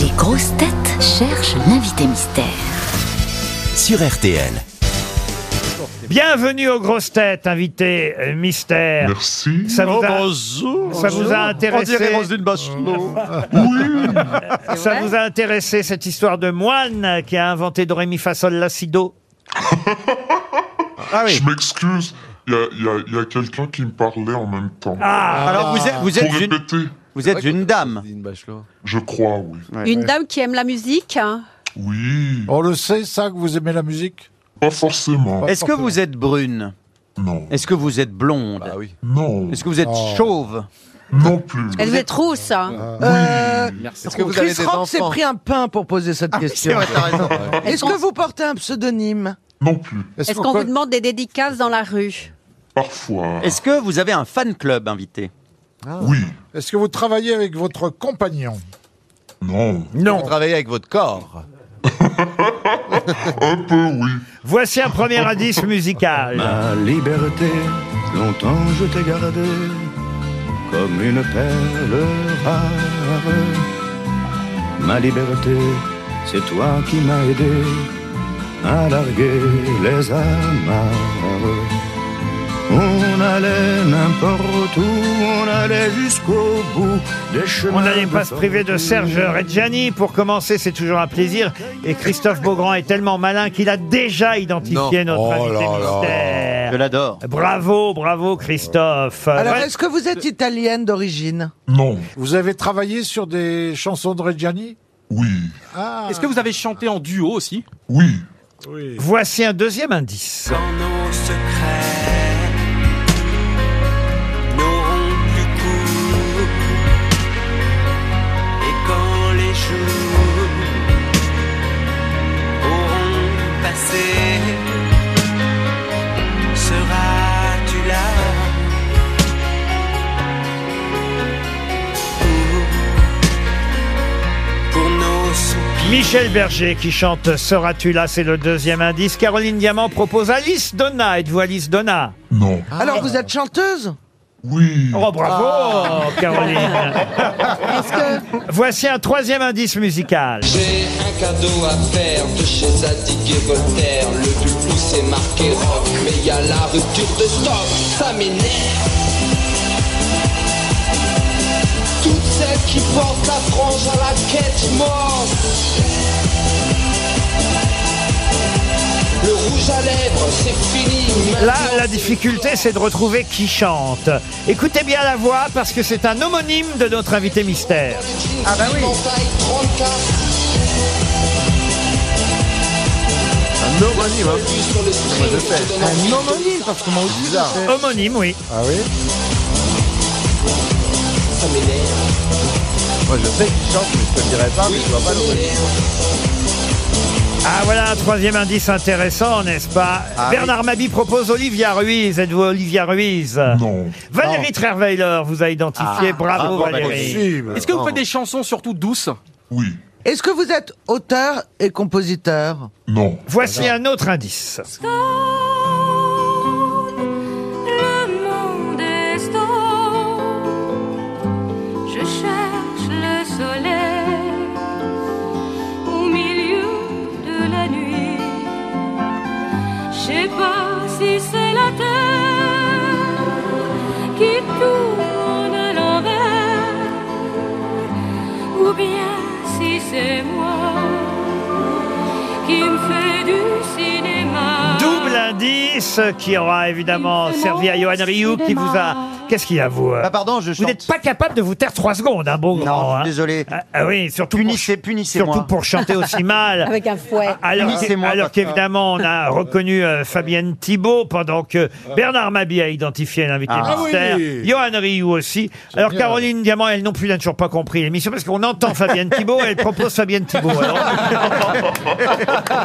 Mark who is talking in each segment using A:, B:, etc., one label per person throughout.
A: Les grosses têtes cherchent l'invité mystère.
B: sur RTL.
C: Bienvenue aux grosses têtes, invité euh, mystère.
D: Merci.
C: Ça vous, a,
E: Oh, bonjour.
C: ça vous a intéressé Euh,
E: On dirait Roselyne Bachelot.
C: ça vous a intéressé cette histoire de moine qui a inventé Dorémy Fasol Lacido
E: Ah oui.
D: Je m'excuse, il y a, il y a- il y a quelqu'un qui me parlait en même temps.
F: Ah.
E: Alors vous êtes, vous
D: Faut
E: êtes une,
D: répéter,
E: vous êtes une dame.
D: je crois, oui.
G: Une dame qui aime la musique. hein.
D: Oui,
F: On le sait, ça, que vous aimez la musique
D: pas forcément.
E: Est-ce que vous êtes brune
D: Non,
E: Est-ce que vous êtes blonde
D: non,
E: Est-ce que vous êtes
F: Oh.
E: chauve
D: non plus.
G: Elle vous est rousse. hein.
H: Euh,
I: Est-ce que vous avez
H: Chris
I: des
H: Rock s'est
I: enfants Ah
H: pris un pain pour poser cette question. Est-ce que vous portez un pseudonyme
D: Non plus.
F: Est-ce
G: Est-ce qu'on vous
F: peut-
G: demande des dédicaces dans la rue
H: Ah.
D: Parfois.
E: Est-ce que vous avez un fan club invité
D: Oui,
F: est-ce que vous travaillez avec votre compagnon
D: non,
I: Non.
F: Vous
I: travaillez avec votre corps.
D: un peu oui.
C: Voici un premier indice musical.
J: Ma liberté, longtemps je t'ai gardée comme une perle rare. Ma liberté, c'est toi qui m'as aidé à larguer les amarres. On allait n'importe où, on allait jusqu'au bout des chemins.
C: On n'allait pas
J: de
C: se priver de Serge Reggiani. Pour commencer, c'est toujours un plaisir. Et Christophe Beaugrand est tellement malin qu'il a déjà identifié notre
F: Oh là
C: invité
F: là.
C: mystère.
E: Je l'adore.
C: Bravo, bravo Christophe.
H: Alors,
C: Ouais.
H: est-ce que vous êtes italienne d'origine
D: Non,
F: Vous avez travaillé sur des chansons de Reggiani
D: oui,
F: Ah
I: Est-ce que vous avez chanté en duo aussi
D: oui.
F: oui.
C: Voici un deuxième indice.
K: Dans nos secrets n'auront plus cours. Et quand les jours auront passé, seras-tu là pour, pour nos soupirs
C: Michel Berger qui chante Seras-tu là C'est le deuxième indice. Caroline Diamant propose Alice Donna. Êtes-vous Alice Donna
D: Non,
H: Ah. Alors, vous êtes chanteuse Ah.
D: oui.
C: Oh bravo Caroline
G: Est-ce que
C: Voici un troisième indice musical.
K: J'ai un cadeau à faire de chez Zadig et Voltaire. Le plus c'est marqué rock, mais y a la rupture de stock, ça m'énerve. Toutes celles qui portent la frange à la quête mort. Le rouge à lèvres, c'est fini.
C: Là,
K: maintenant,
C: la
K: c'est
C: difficulté, c'est de retrouver qui chante. Écoutez bien la voix parce que c'est un homonyme de notre invité mystère.
K: Ah bah oui.
I: Un homonyme. hein.
F: Un homonyme, parce qu'on m'a dit bizarre.
C: Homonyme, oui.
F: Ah oui
K: Ça m'énerve.
I: Moi je sais qu'il chante, mais je te le dirai pas, mais je vois pas l'homonyme.
C: Ah, voilà un troisième indice intéressant, n'est-ce pas
I: Ah
C: Bernard Mabi propose Olivia Ruiz. Êtes-vous Olivia Ruiz
D: Non,
C: Valérie Trierweiler vous a identifié.
I: Ah.
C: Bravo,
E: bravo,
C: Ah,
I: bah,
C: Valérie.
F: Possible.
I: Est-ce que vous faites des chansons surtout douces
D: oui,
H: Est-ce que vous êtes auteur et compositeur
D: non,
C: Voici un autre indice.
A: Le monde est sombre. Je cherche le soleil au milieu de la nuit. Je sais pas si c'est la terre qui tourne à l'envers ou bien si c'est moi qui me fait du cinéma.
C: Double indice qui aura évidemment servi à Johan Rioux qui vous a. Qu'est-ce qu'il y a, vous euh
E: Ah pardon, je
C: Vous
E: chante.
C: n'êtes pas capable de vous taire trois secondes, hein, bon
E: Non, je suis
C: hein.
E: désolé.
C: Ah, ah oui, surtout pour,
E: Punissez, punissez-moi.
C: surtout pour chanter aussi mal.
G: avec un fouet
C: Alors,
E: Punissez-moi,
C: alors
E: Pascal.
C: qu'évidemment, on a reconnu euh, Fabienne Thibault pendant que Bernard Mabi a identifié l'invité
E: Ah.
C: mystère.
F: Ah oui.
C: Johan Rioux aussi. Alors,
F: bien.
C: Caroline Diamant, elle non plus n'a toujours pas compris l'émission parce qu'on entend Fabienne Thibault et elle propose Fabienne Thibault. Alors,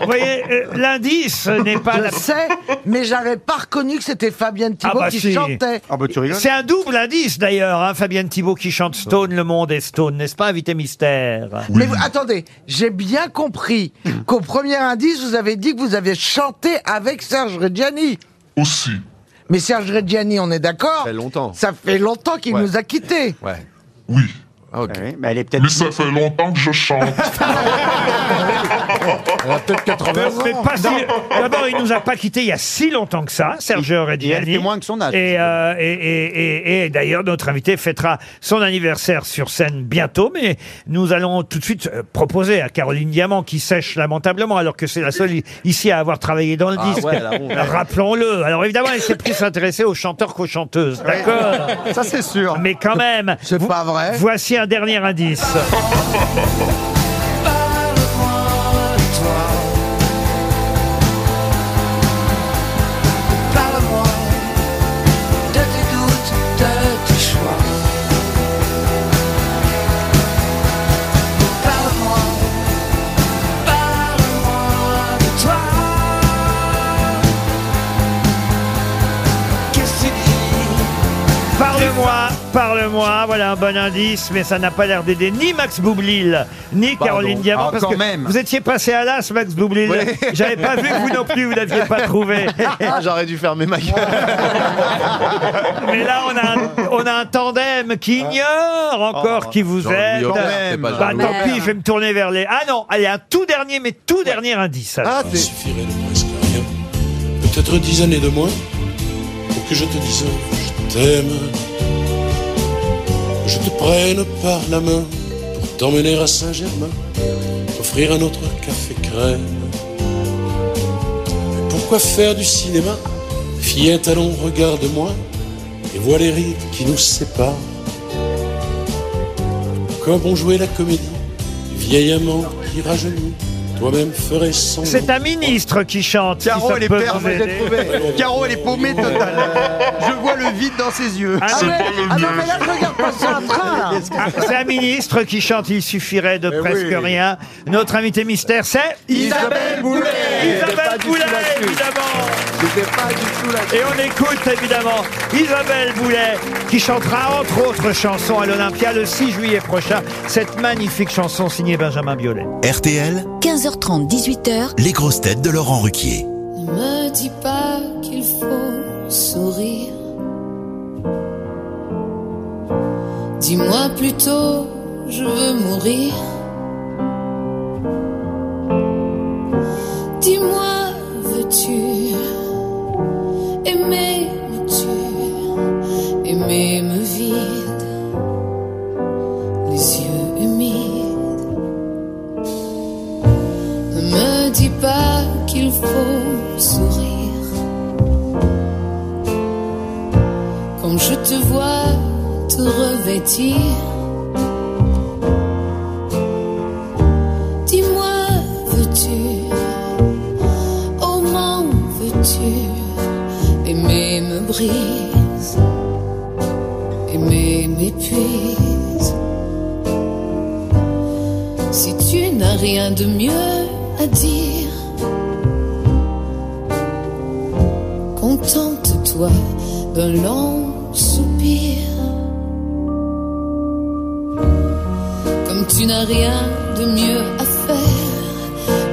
C: vous voyez, euh, l'indice n'est pas la
H: Je sais, mais j'avais pas reconnu que c'était Fabienne Thibault
C: Ah bah
H: qui
C: si.
H: chantait.
E: Ah bah tu rigoles.
C: C'est un double indice d'ailleurs, hein, Fabienne Thibault qui chante Stone, le monde est Stone, n'est-ce pas, invité mystère
H: Mais vous- attendez, j'ai bien compris qu'au premier indice, vous avez dit que vous avez chanté avec Serge Reggiani.
D: aussi.
H: Mais Serge Reggiani, on est d'accord
I: Ça fait longtemps.
H: Ça fait longtemps qu'il
I: Ouais.
H: nous a quittés.
I: Ouais.
D: Oui,
E: Oui, mais elle est peut-être.
D: Mais ça fait longtemps que je chante.
C: Ah Elle a peut-être 80
D: ans.
C: D'abord, il nous a pas quitté il y a si longtemps que ça, Sergio Reggiani.
E: elle fait moins que son âge.
C: Et, euh, et, et- et- et d'ailleurs, notre invité fêtera son anniversaire sur scène bientôt, mais nous allons tout de suite euh, proposer à Caroline Diamant, qui sèche lamentablement, alors que c'est la seule i- ici à avoir travaillé dans le
F: Ah
C: disque.
F: ouais, la honte.
C: Rappelons-le. Alors évidemment, elle s'est plus intéressée aux chanteurs qu'aux chanteuses. D'accord
F: Ça, c'est
C: sûr. Mais quand même. C'est pas vrai. Voici un dernier indice.
L: Parle-moi de tes doutes, de tes choix. Parle-moi, parle-moi de toi. Qu'est-ce que tu dis
C: Parle-moi, parle-moi, voilà un bon indice, mais ça n'a pas l'air d'aider ni Max Boublil, ni
F: Pardon.
C: Caroline Diamant,
F: Ah,
C: parce
F: quand
C: que
F: même.
C: vous étiez passé à l'as, Max Boublil.
F: Ouais.
C: J'avais pas vu que vous non plus, vous l'aviez pas trouvé.
I: Ah, j'aurais dû fermer ma gueule.
C: Mais là, on a un, on a un tandem qui ignore encore
F: Oh,
C: qui vous
F: Jean-Louis
C: êtes.
F: Aubert, c'est pas
C: Bah,
F: Jean-Louis
C: tant pis,
F: Aubert.
C: je vais me tourner vers les... Ah non, allez, un tout dernier, mais tout dernier indice. alors.
M: Il suffirait de presque rien, peut-être dix années de moins, pour que je te dise je t'aime. Que je te prenne par la main pour t'emmener à Saint-Germain, t'offrir un autre café crème. Mais pourquoi faire du cinéma Fillette, allons, regarde-moi et vois les rides qui nous séparent. Comme on jouait la comédie, vieil amant qui rajeunit, toi-même ferais son.
C: C'est un ministre qui chante. si
M: Caro,
C: ça
M: elle est
C: peut
M: perdue, je
C: vous
M: l'ai
C: aider.
M: trouvée. Caro, elle est paumée totale.
E: Je vois le vide dans ses yeux.
C: Ah, mais- ah non, mais là, je regarde
H: pas
C: ça, un train, là. Ah, C'est un ministre qui chante Il suffirait de presque
F: Eh oui.
C: rien. Notre invité mystère, c'est
F: Isabelle Eh, Boulet
C: Isabelle Boulet, évidemment Et on écoute évidemment Isabelle Boulet qui chantera entre autres chansons à l'Olympia le 6 juillet prochain cette magnifique chanson signée Benjamin Biolay.
B: RTL,
N: 15h30, 18h.
B: les grosses têtes de Laurent Ruquier.
N: Ne me dis pas qu'il faut sourire. Dis-moi plutôt, je veux mourir. Dis-moi, veux-tu aimer, tu aimer me vide, les yeux humides. Ne me dis pas qu'il faut sourire. Comme je te vois te revêtir. Dis-moi, veux-tu, comment veux-tu aimer me brise, aimer m'épuise. Si tu n'as rien de mieux à dire, contente-toi d'un long soupir. Comme tu n'as rien de mieux à faire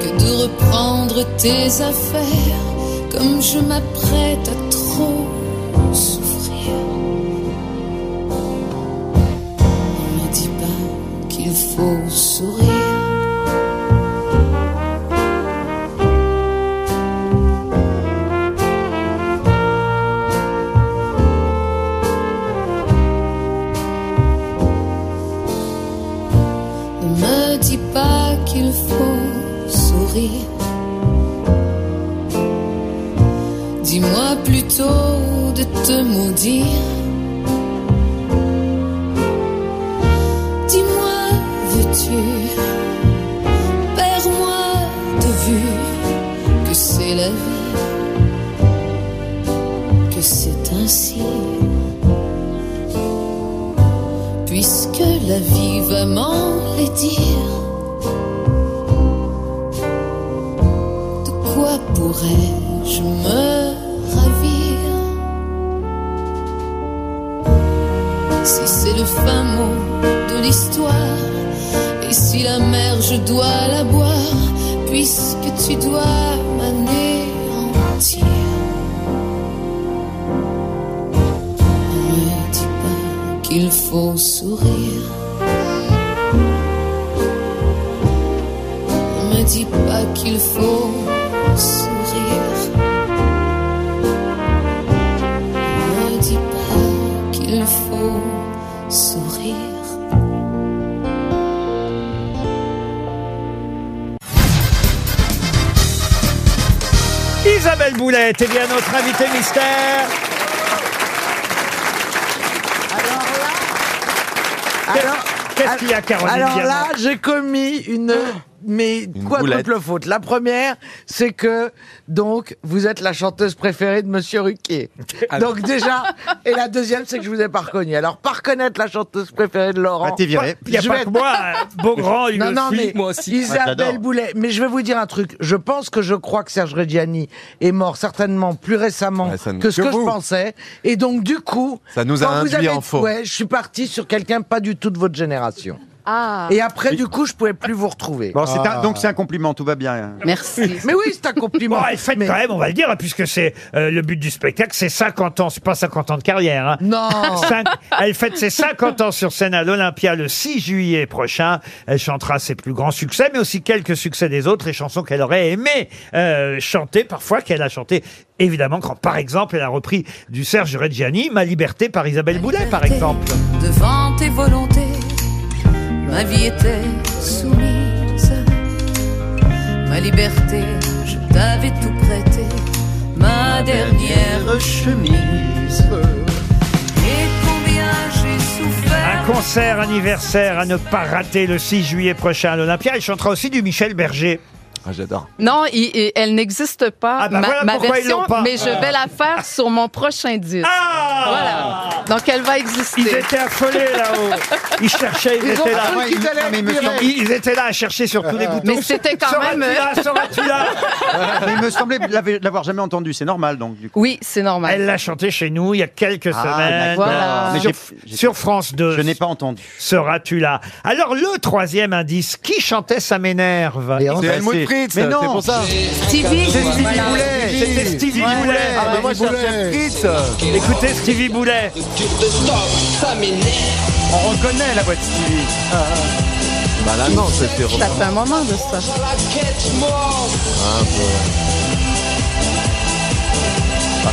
N: que de reprendre tes affaires, comme je m'apprête à trop souffrir. Ne me dis pas qu'il faut sourire. Ne me dis pas qu'il faut sourire. Dis-moi plutôt de te maudire. Dis-moi, veux-tu, perds-moi de vue que c'est la vie, que c'est ainsi. Puisque la vie va m'en les dire, de quoi pourrais-je me ravir Si c'est le fin mot de l'histoire, et si la mer je dois la boire, puisque tu dois m'anéantir. Ne me dis pas qu'il faut sourire. dis pas qu'il faut sourire. Ne dis pas qu'il faut sourire.
C: Isabelle Boulet est bien notre invitée mystère.
H: Alors,
C: qu'est-ce qu'il y a, Caroline
H: Alors
C: Diamant
H: là, j'ai commis une mais quadruple
C: boulette.
H: faute. La première, c'est que donc vous êtes la chanteuse préférée de Monsieur Ruquier.
E: Ah.
H: Donc déjà, et la deuxième, c'est que je vous ai pas reconnu. Alors par reconnaître la chanteuse préférée de Laurent.
E: Bah, t'es viré.
H: je
E: Y a pas
H: vais
E: que moi, hein. Beaugrand, il
H: non,
E: le
H: non,
E: suit,
H: mais
E: moi aussi.
I: Ah,
E: Ouais,
H: Isabelle
E: j'adore.
H: Boulet. Mais je vais vous dire un truc. Je pense que je crois que Serge Reggiani est mort certainement plus récemment
I: Ouais, ça nous-
H: que ce
I: que
H: que je
I: vous.
H: pensais. Et donc du coup,
I: Ça nous a
H: quand vous
I: induit
H: avez-
I: en faux.
H: Ouais, je suis parti sur quelqu'un pas du tout de votre génération.
G: Ah.
H: Et après, du coup, je pouvais plus vous retrouver.
E: Bon, c'est un- donc c'est un compliment, tout va bien.
G: Merci.
H: Mais oui, c'est un compliment.
C: Bon, et faites quand même, on va le dire, hein, puisque c'est euh, le but du spectacle, c'est 50 ans, c'est pas 50 ans de carrière. hein.
H: Non.
C: Cinq- elle fête ses 50 ans sur scène à l'Olympia le 6 juillet prochain. Elle chantera ses plus grands succès, mais aussi quelques succès des autres, les chansons qu'elle aurait aimé euh, chanter, parfois qu'elle a chanté. Évidemment, quand par exemple, elle a repris du Serge Reggiani, Ma Liberté par Isabelle Boulet, par exemple.
N: Devant tes volontés, ma vie était soumise. Ma liberté, je t'avais tout prêté, ma dernière chemise. Et combien j'ai souffert.
C: Un concert anniversaire à ne pas rater le 6 juillet prochain à l'Olympia. Elle chantera aussi du Michel Berger. Ah, j'adore.
O: Non, il- il- elle n'existe pas,
C: bah
O: ma,
C: voilà
O: ma
C: pourquoi ils
O: version,
C: l'ont pas.
O: mais je vais la faire sur mon prochain disque.
C: Ah
O: voilà. Donc, elle va exister.
C: Ils étaient affolés là-haut. Ils cherchaient, ils,
O: Ils ont
C: étaient là.
O: cru Ouais, qu'ils allaient
C: Non, mais Ah, il me
O: être
C: semble-
O: virés.
C: ils étaient là à chercher sur tous les boutons.
O: Mais c'était quand
C: Sauras-tu
O: même- euh,
C: là, sauras-tu là
E: Mais il me semblait l'av- l'avoir jamais entendu, c'est normal donc du coup.
O: Oui, c'est normal.
C: Elle l'a chanté chez nous il y a quelques
E: Ah,
C: semaines.
E: d'accord. Voilà. Mais
C: Sur,
E: j'ai-
C: sur France 2. Je n'ai
E: pas entendu.
C: Seras-tu là Alors, le troisième indice, qui chantait Ça m'énerve
I: C'est Helmut Fritz,
C: Mais non.
I: c'est pour ça.
C: Stevie.
I: C'est Stevie
C: Voilà.
I: Boulet.
C: C'était Stevie Boulet.
I: Ah, bah moi, je cherchais Fritz.
C: Écoutez Stevie Boulet.
E: On reconnaît la voix de Stevie.
I: Ah. Bah là, non, c'était
O: Ça fait un moment de ça.
I: Un peu.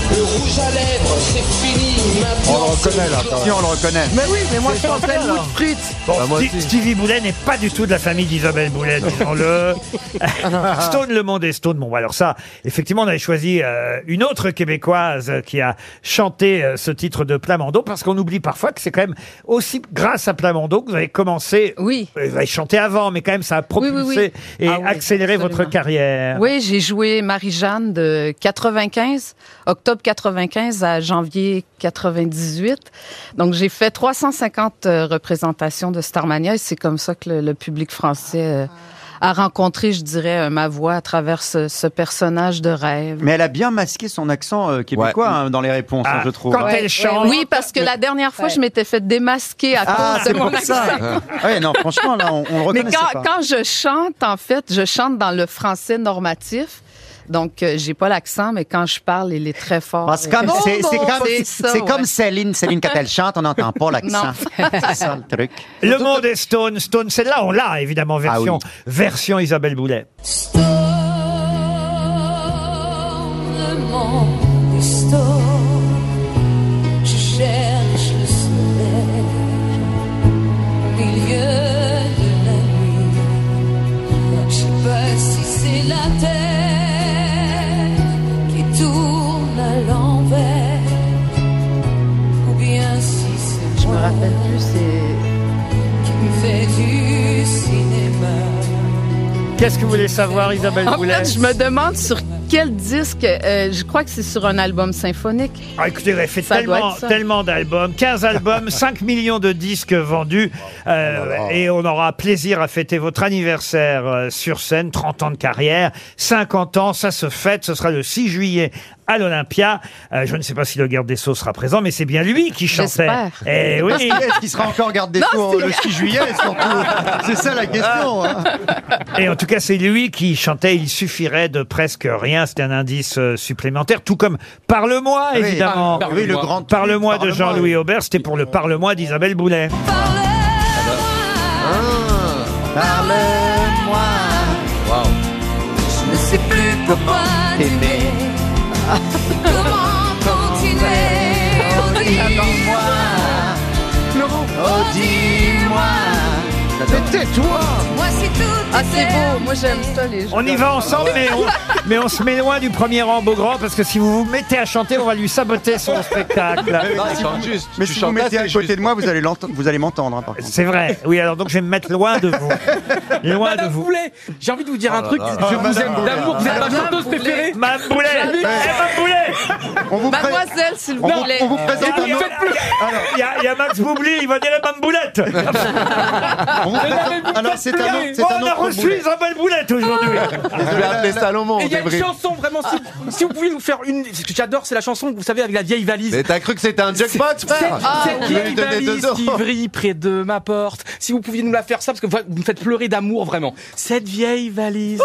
K: Le rouge à lèvres, c'est fini maintenant.
I: On le reconnaît, là, quand même.
E: Si, on le reconnaît.
H: Mais oui, mais moi je
I: chantais,
H: pensais à
I: alors.
H: Helmut Fritz.
C: Bon, Sti- Stevie Boulet n'est pas du tout de la famille d'Isabelle Boulet, disons-le. Stone Le Monde et Stone. Bon, bah, alors ça, effectivement, on avait choisi euh, une autre Québécoise euh, qui a chanté euh, ce titre de Plamondon, parce qu'on oublie parfois que c'est quand même aussi grâce à Plamondon que vous avez commencé. euh,
O: Oui.
C: Vous avez chanté avant, mais quand même, ça a propulsé
O: oui, oui.
C: et
O: Ah oui,
C: accéléré votre
O: absolument.
C: carrière.
O: Oui, j'ai joué Marie-Jeanne de 95, octobre 95 à janvier 98. Donc, j'ai fait 350 euh, représentations de Starmania et c'est comme ça que le, le public français euh, a rencontré, je dirais, euh, ma voix à travers ce, ce personnage de rêve.
E: Mais elle a bien masqué son accent euh, québécois hein, dans les réponses,
O: Ah.
E: hein, je trouve.
O: Ouais, ouais, ouais. Oui, parce que la dernière fois, je m'étais fait démasquer à
E: Ah,
O: cause
E: c'est
O: de mon
E: pour ça. Ah
O: accent.
E: ouais, non, franchement, là, on, on le
O: Mais
E: reconnaît
O: quand,
E: pas.
O: quand je chante, en fait, je chante dans le français normatif. Donc, euh, j'ai pas l'accent, mais quand je parle, il est très fort.
E: Parce que comme c'est c'est comme
O: C'est ça,
E: c'est comme
O: ouais.
E: Céline, Céline quand elle chante, on n'entend pas l'accent.
O: Non.
E: C'est ça le truc.
C: Le Monde est Stone. Stone, celle-là, on l'a, évidemment, version, version Isabelle Boulet.
N: Le monde est storm. Je cherche le soleil au milieu de la nuit. Je sais pas si c'est la terre qui tourne à l'envers ou bien si c'est
O: Je me rappelle plus, c'est.
N: qui me fait du cinéma.
C: Qu'est-ce que vous voulez savoir, Isabelle
O: En
C: Boulet
O: fait, Ah, je me demande sur quel disque. euh, je crois que c'est sur un album symphonique.
C: Ah, écoutez, elle fait
O: Ça doit
C: tellement,
O: être ça.
C: tellement d'albums, 15 albums, 5 millions de disques vendus.
E: Oh
C: euh, et on aura plaisir à fêter votre anniversaire euh, sur scène, 30 ans de carrière, 50 ans, ça se fête, ce sera le 6 juillet à l'Olympia. Euh, je ne sais pas si le garde des Sceaux sera présent, mais c'est bien lui qui chantait.
O: J'espère.
C: Eh oui.
E: Est-ce qu'il- Est-ce qu'il sera encore garde des
O: Non,
E: Sceaux
O: c'est-
E: le 6 juillet surtout C'est ça la question. hein.
C: Et en tout cas, c'est lui qui chantait Il suffirait de presque rien. C'était un indice euh, supplémentaire, tout comme Parle-moi,
E: Oui,
C: évidemment.
E: par- oui, le grand-
C: Parle-moi de
E: Parle-moi,
C: Jean-Louis Aubert. C'était pour le Parle-moi d'Isabelle Boulet.
O: Ah.
E: Parle-moi.
I: Waouh.
L: sais plus pourquoi t'aimer. Comment continuer Oh, dis-moi. Oh, dis-moi.
H: C'était toi
L: Moi, c'est tout.
O: Ah, c'est beau. Moi, j'aime ça, les
C: On y va ensemble, mais on, mais on se met loin du premier rang Beaugrand parce que si vous vous mettez à chanter, on va lui saboter son spectacle.
E: Mais si vous mettez à côté de moi, vous allez l'entendre- vous allez m'entendre. hein, par contre.
C: C'est vrai. Oui, alors donc je vais me mettre loin de vous. Loin de vous.
P: J'ai envie de vous dire un
C: là
P: truc.
C: là.
P: Je
C: Ah,
P: vous
C: Madame
P: aime
C: Boulet.
P: d'amour. Vous êtes ma
C: Madame
P: chanteuse
C: Boulet.
P: préférée.
C: Madame Boulet.
P: J'avais-
C: Eh, Madame
E: On
G: Bah,
E: vous prête-
O: Mademoiselle, s'il vous
E: on vous-
O: plaît.
E: on vous présente un autre-
C: Il y, a- il y a Max Boubli, il va dire la même boulette.
E: Ah, On vous présente- Alors, c'est un autre- c'est
C: Oh,
E: un
C: on a
E: autre
C: reçu
E: Boulet.
C: Isabelle Boulette aujourd'hui.
P: Ah.
E: Je vais appeler Salomon,
P: Et il y a
E: Débris.
P: une chanson vraiment. Si, si vous pouviez nous faire une, ce que j'adore, c'est la chanson vous savez avec la vieille valise.
I: Mais t'as cru que c'était un jackpot,
P: C'est-
I: frère
O: Ah,
P: Cette
I: Je vais
P: vieille
I: lui donner deux
P: valise
I: euros.
P: qui vrille près de ma porte. Si vous pouviez nous la faire ça, parce que vous vous me faites pleurer d'amour vraiment. Cette vieille valise.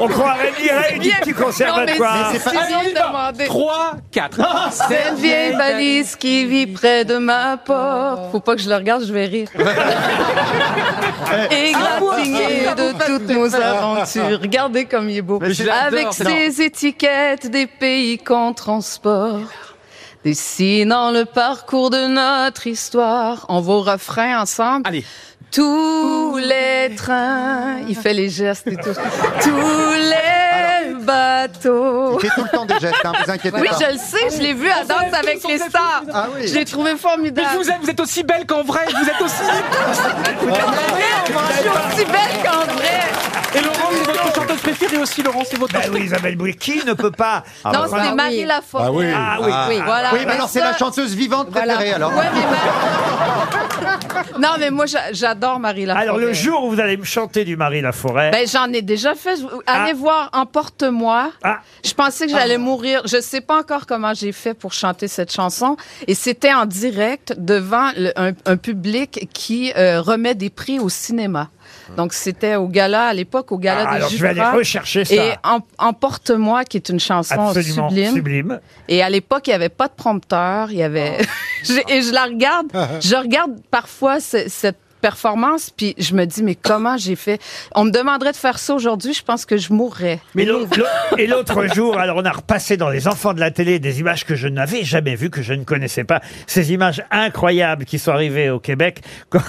C: On croirait Mireille du petit conservatoire.
P: Mais c'est pas- Allez, on y va. Trois, quatre. Ah,
O: Cette Ah, vieille valise qui vit près de ma porte.
P: Oh.
O: Faut pas que je la regarde, je vais rire. Et
P: Ah,
O: gratigné de toutes nos aventures. Regardez comme il est beau.
P: Mais je l'adore,
O: Avec
P: non.
O: ses étiquettes des pays qu'on transporte. Dessinant le parcours de notre histoire. On va au refrain ensemble.
P: Allez.
O: Tous les trains. Il fait les gestes et tout. Tous les bateaux.
E: Il fait tout le temps des gestes, hein, vous inquiétez
O: Oui,
E: pas.
O: je le sais, je l'ai vu à Danse avec les stars.
E: Ah oui.
O: Je l'ai trouvé formidable.
P: Mais je vous aime, vous êtes aussi belle qu'en vrai, vous êtes aussi. vous êtes
O: aussi belle qu'en vrai.
P: Et Laurent, c'est votre chanteuse préférée aussi, Laurent, c'est votre. Ah, bah,
C: Ben oui, Isabelle Boulette, qui ne peut pas.
O: non,
C: prendre-
O: c'était Marie Laforêt.
C: Ah bah oui. Ah oui.
O: Oui, voilà.
E: Oui, mais alors c'est
O: ça-
E: la chanteuse vivante
O: voilà.
E: préférée alors.
O: Ouais, mais Marie- non, mais moi, j'a- j'adore Marie Laforêt.
C: Alors le jour où vous allez me chanter du Marie Laforêt.
O: Ben, j'en ai déjà fait. Je-
C: Ah.
O: Allez voir Emporte-moi. Je pensais que j'allais mourir. Je sais pas encore comment j'ai fait pour chanter cette chanson. Et c'était en direct devant le- un, un public qui euh, remet des prix au cinéma. Donc c'était au gala à l'époque, au gala
C: Ah,
O: des
C: alors, je vais aller
O: Jurats.
C: rechercher ça.
O: Et Em- Emporte-moi, qui est une chanson
C: Absolument
O: sublime.
C: sublime.
O: Et à l'époque, il n'y avait pas de prompteur. Il y avait.
C: Ah.
O: J'ai- et je la regarde. je regarde parfois ce- cette performance, puis je me dis, mais comment j'ai fait? On me demanderait de faire ça aujourd'hui, je pense que je mourrais.
C: Mais l'au- l'au- et l'autre jour, alors on a repassé dans les enfants de la télé des images que je n'avais jamais vues, que je ne connaissais pas, ces images incroyables qui sont arrivées au Québec. Quand,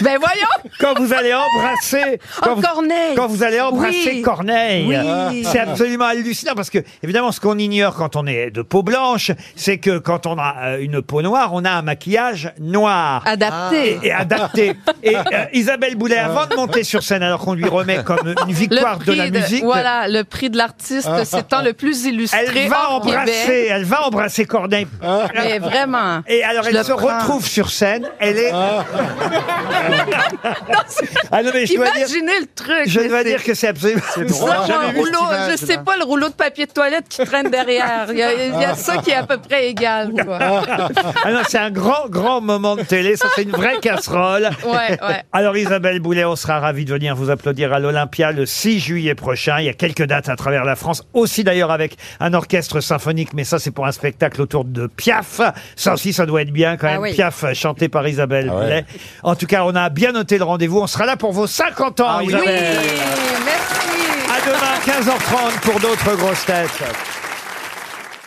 O: Ben voyons!
C: quand vous allez embrasser quand,
O: Oh,
C: vous,
O: Corneille!
C: quand vous allez embrasser
O: Oui.
C: Corneille,
O: Oui.
C: c'est absolument hallucinant parce que évidemment ce qu'on ignore quand on est de peau blanche, c'est que quand on a euh, une peau noire, on a un maquillage noir
O: Adapté.
C: Ah. et, et adapté. Et euh, Isabelle Boulet, avant de monter sur scène, alors qu'on lui remet comme une victoire de la musique. Ah,
O: Voilà, le prix de l'artiste, c'est tant le plus illustré.
C: Elle va
O: hors
C: embrasser,
O: Québec.
C: elle va embrasser Corneille.
O: Mais vraiment.
C: Et alors
O: je
C: elle
O: le
C: se
O: prends.
C: retrouve sur scène, elle est. Ah non mais je dois dire,
O: Imaginez le truc.
C: je
O: mais
C: dois
O: c'est-
C: dire que c'est absolument.
O: Ça, ou un rouleau, je sais pas, le rouleau de papier de toilette qui traîne derrière. Il y a, il y a ça qui est à peu près égal, quoi.
C: Ah non, c'est un grand, grand moment de télé. Ça, c'est une vraie casserole.
O: Ouais, ouais.
C: Alors, Isabelle Boulet, on sera ravis de venir vous applaudir à l'Olympia le 6 juillet prochain. Il y a quelques dates à travers la France. Aussi, d'ailleurs, avec un orchestre symphonique. Mais ça, c'est pour un spectacle autour de Piaf. Ça aussi, ça doit être bien quand
Q: Ah
C: même.
Q: oui.
C: Piaf, euh, chanté par Isabelle
Q: Ah ouais.
C: Boulet. En tout cas, on a bien noté le rendez-vous. On sera là pour vos 50 ans, Isabelle.
O: merci.
C: À demain, 15h30 pour d'autres grosses têtes.